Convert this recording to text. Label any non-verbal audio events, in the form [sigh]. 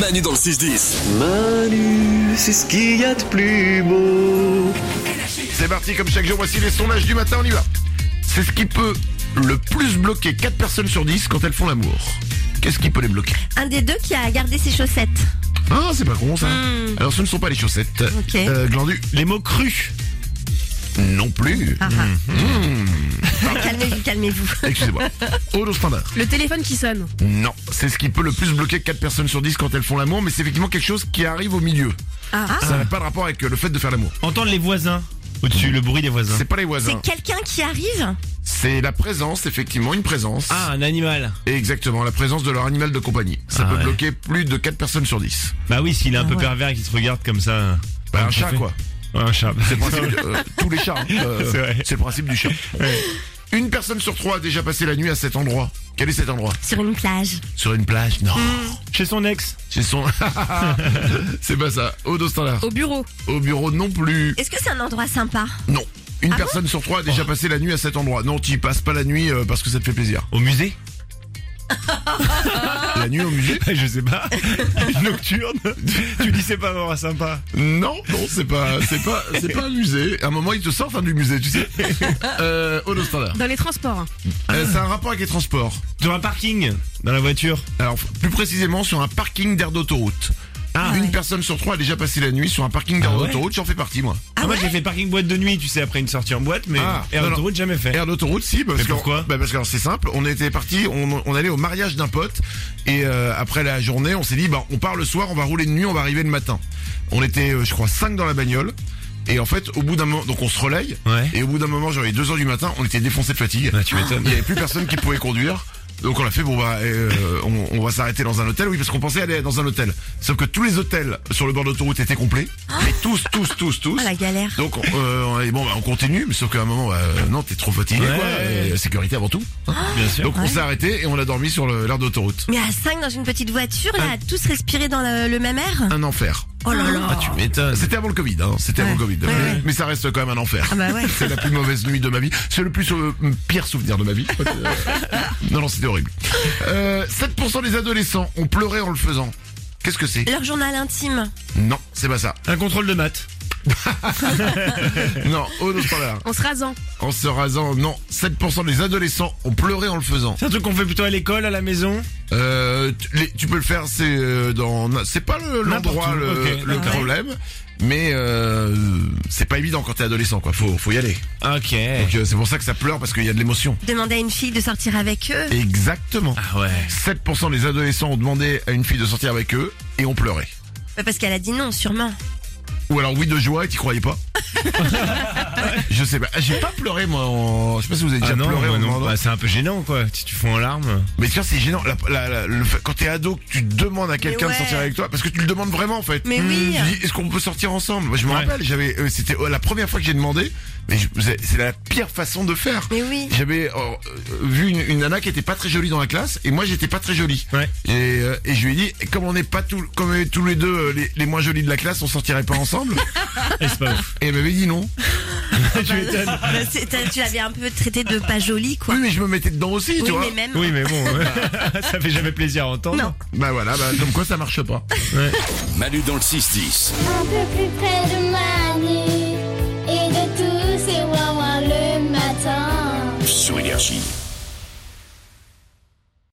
Manu dans le 6-10. Manu, c'est ce qu'il y a de plus beau. C'est parti, comme chaque jour, voici les sondages du matin, on y va. C'est ce qui peut le plus bloquer 4 personnes sur 10 quand elles font l'amour. Qu'est-ce qui peut les bloquer Un des deux qui a gardé ses chaussettes. Ah, c'est pas con ça. Hmm. Alors ce ne sont pas les chaussettes. Hmm. Ok. Euh, Glandu, les mots crus. Non plus. Ah, ah. calmez-vous, calmez-vous. [laughs] Excusez-moi. Aude au standard. Le téléphone qui sonne. Non, c'est ce qui peut le plus bloquer 4 personnes sur 10 quand elles font l'amour, mais c'est effectivement quelque chose qui arrive au milieu. Ah, Ça n'a pas de rapport avec euh, le fait de faire l'amour. Entendre les voisins au-dessus, le bruit des voisins. C'est pas les Ah. C'est voisins. quelqu'un qui arrive C'est la présence, effectivement, une présence. Ah, un animal. Exactement, la présence de leur animal de compagnie. Ça Ah peut ouais. bloquer plus de 4 personnes sur 10. Bah oui, s'il est un peu ouais. pervers et qu'il se regarde comme ça. euh, Bah, un Comme chat, fait. [laughs] quoi. Ouais, un chat. C'est le principe de- euh, tous les chats. hein. Euh, C'est vrai. c'est le principe du chat. Une personne sur trois a déjà passé la nuit à cet endroit. Quel est cet endroit sur une plage. Sur une plage Non. Chez son ex. C'est son. [laughs] c'est pas ça. Au dos standard. Au bureau. Au bureau non plus. Est-ce que c'est un endroit sympa Oh, Non. Une Ah bon personne sur trois a déjà passé la nuit à cet endroit. Non, tu y passes pas la nuit euh, parce que ça te fait plaisir. Au musée La nuit au musée [laughs] Je sais pas. [laughs] Une Nocturne. tu dis c'est pas vraiment sympa. Non, non, c'est pas, c'est pas, c'est pas un musée. À un moment, ils te sortent hein, du musée, tu [laughs] sais. Euh, au dos standard. Dans les transports. hein. Euh, c'est un rapport avec les transports. Dans un parking. Dans la voiture. Alors, plus précisément, sur un parking d'air d'autoroute. Ah Une personne sur trois a déjà passé la nuit sur un parking d'air Ah ouais d'autoroute. J'en fais partie, moi. Ah moi ouais j'ai fait parking boîte de nuit, tu sais, après une sortie en boîte, mais Ah, et en non, non. autoroute jamais fait. Air d'autoroute, si. Parce Mais que- pourquoi bah Parce que alors, c'est simple. On était parti, on, on allait au mariage d'un pote. Et euh, après la journée, on s'est dit, bah, on part le soir, on va rouler de nuit, on va arriver le matin. On était, euh, je crois, cinq dans la bagnole. Et en fait, au bout d'un moment, donc on se relaye. Ouais. Et au bout d'un moment, genre les 2 heures du matin, on était défoncé de fatigue. Ah, tu m'étonnes. Il n'y avait plus personne qui pouvait conduire. Donc on a fait bon bah euh, on, on va s'arrêter dans un hôtel oui parce qu'on pensait aller dans un hôtel sauf que tous les hôtels sur le bord d'autoroute étaient complets mais tous tous tous tous Ah. Oh la galère. donc euh, on a dit, bon bah on continue mais sauf qu'à un moment bah, euh, non t'es trop fatigué Ouais. quoi et, euh, sécurité avant tout Bien sûr. donc on s'est arrêté et on a dormi sur le- l'aire d'autoroute Mais à 5 dans une petite voiture, là, Ah. tous respirer dans le, le même air un enfer Oh là là. tu m'étonnes. c'était avant le Covid hein c'était avant le Covid mais, ouais. mais ça reste quand même un enfer Ah bah ouais. [laughs] C'est la plus mauvaise nuit de ma vie. C'est le plus euh, pire souvenir de ma [laughs] vie. Euh, non, non, c'était horrible. Euh, 7% des adolescents ont pleuré en le faisant. Qu'est-ce que c'est Leur journal intime. Non, c'est pas ça. Un contrôle de maths. Non, au autre standard. En se rasant. En se rasant, non. 7% des adolescents ont pleuré en le faisant. C'est un truc qu'on fait plutôt à l'école, à la maison. Euh, tu, les- tu peux le faire, c'est euh, dans. C'est pas le- l'endroit N'importe où, le, ok, le ok. problème. Mais euh, c'est pas évident quand t'es adolescent, quoi. Faut, faut y aller. Ok. Donc euh, c'est pour ça que ça pleure parce qu'il y a de l'émotion. Demander à une fille de sortir avec eux. Exactement. Ah ouais. 7% des adolescents ont demandé à une fille de sortir avec eux et ont pleuré. Bah, Parce qu'elle a dit non, sûrement. Ou alors oui de joie et t'y croyais [laughs] pas. je sais pas. Ah, J'ai pas pleuré moi. En... Je sais pas si vous avez déjà Ah non, pleuré bah en non. demandant. Bah, c'est un peu gênant quoi. Si tu fous en larmes. Mais tu vois c'est gênant. La- la- la- le fait- quand t'es ado, que tu demandes à quelqu'un ouais. de sortir avec toi parce que tu le demandes vraiment en fait. Mais oui. Tu dis, Est-ce qu'on peut sortir ensemble Moi, Je me Ouais. rappelle. J'avais. euh, C'était euh, la première fois que j'ai demandé. Mais je- c'est c'est la pire façon de faire. Mais oui. J'avais euh, vu une, une nana qui était pas très jolie dans la classe et moi j'étais pas très jolie. Ouais. Et, euh, et je lui ai dit comme on n'est pas tout, comme on est tous les deux euh, les, les moins jolis de la classe, on sortirait pas ensemble. [laughs] Et c'est pas ouf. et elle m'avait dit non. [laughs] tu m'étonnes. Bah, c'est- t'as- tu l'avais un peu traité de pas jolie, quoi. Oui mais je me mettais dedans aussi, tu Oui, vois. mais même. Oui, mais bon, [laughs] ouais. ça fait jamais plaisir à entendre. Non. Bah voilà, bah, comme quoi ça marche pas. Manu dans le 6-10. Un peu plus près de Manu et de tous ces wawas le matin. Sur Énergie.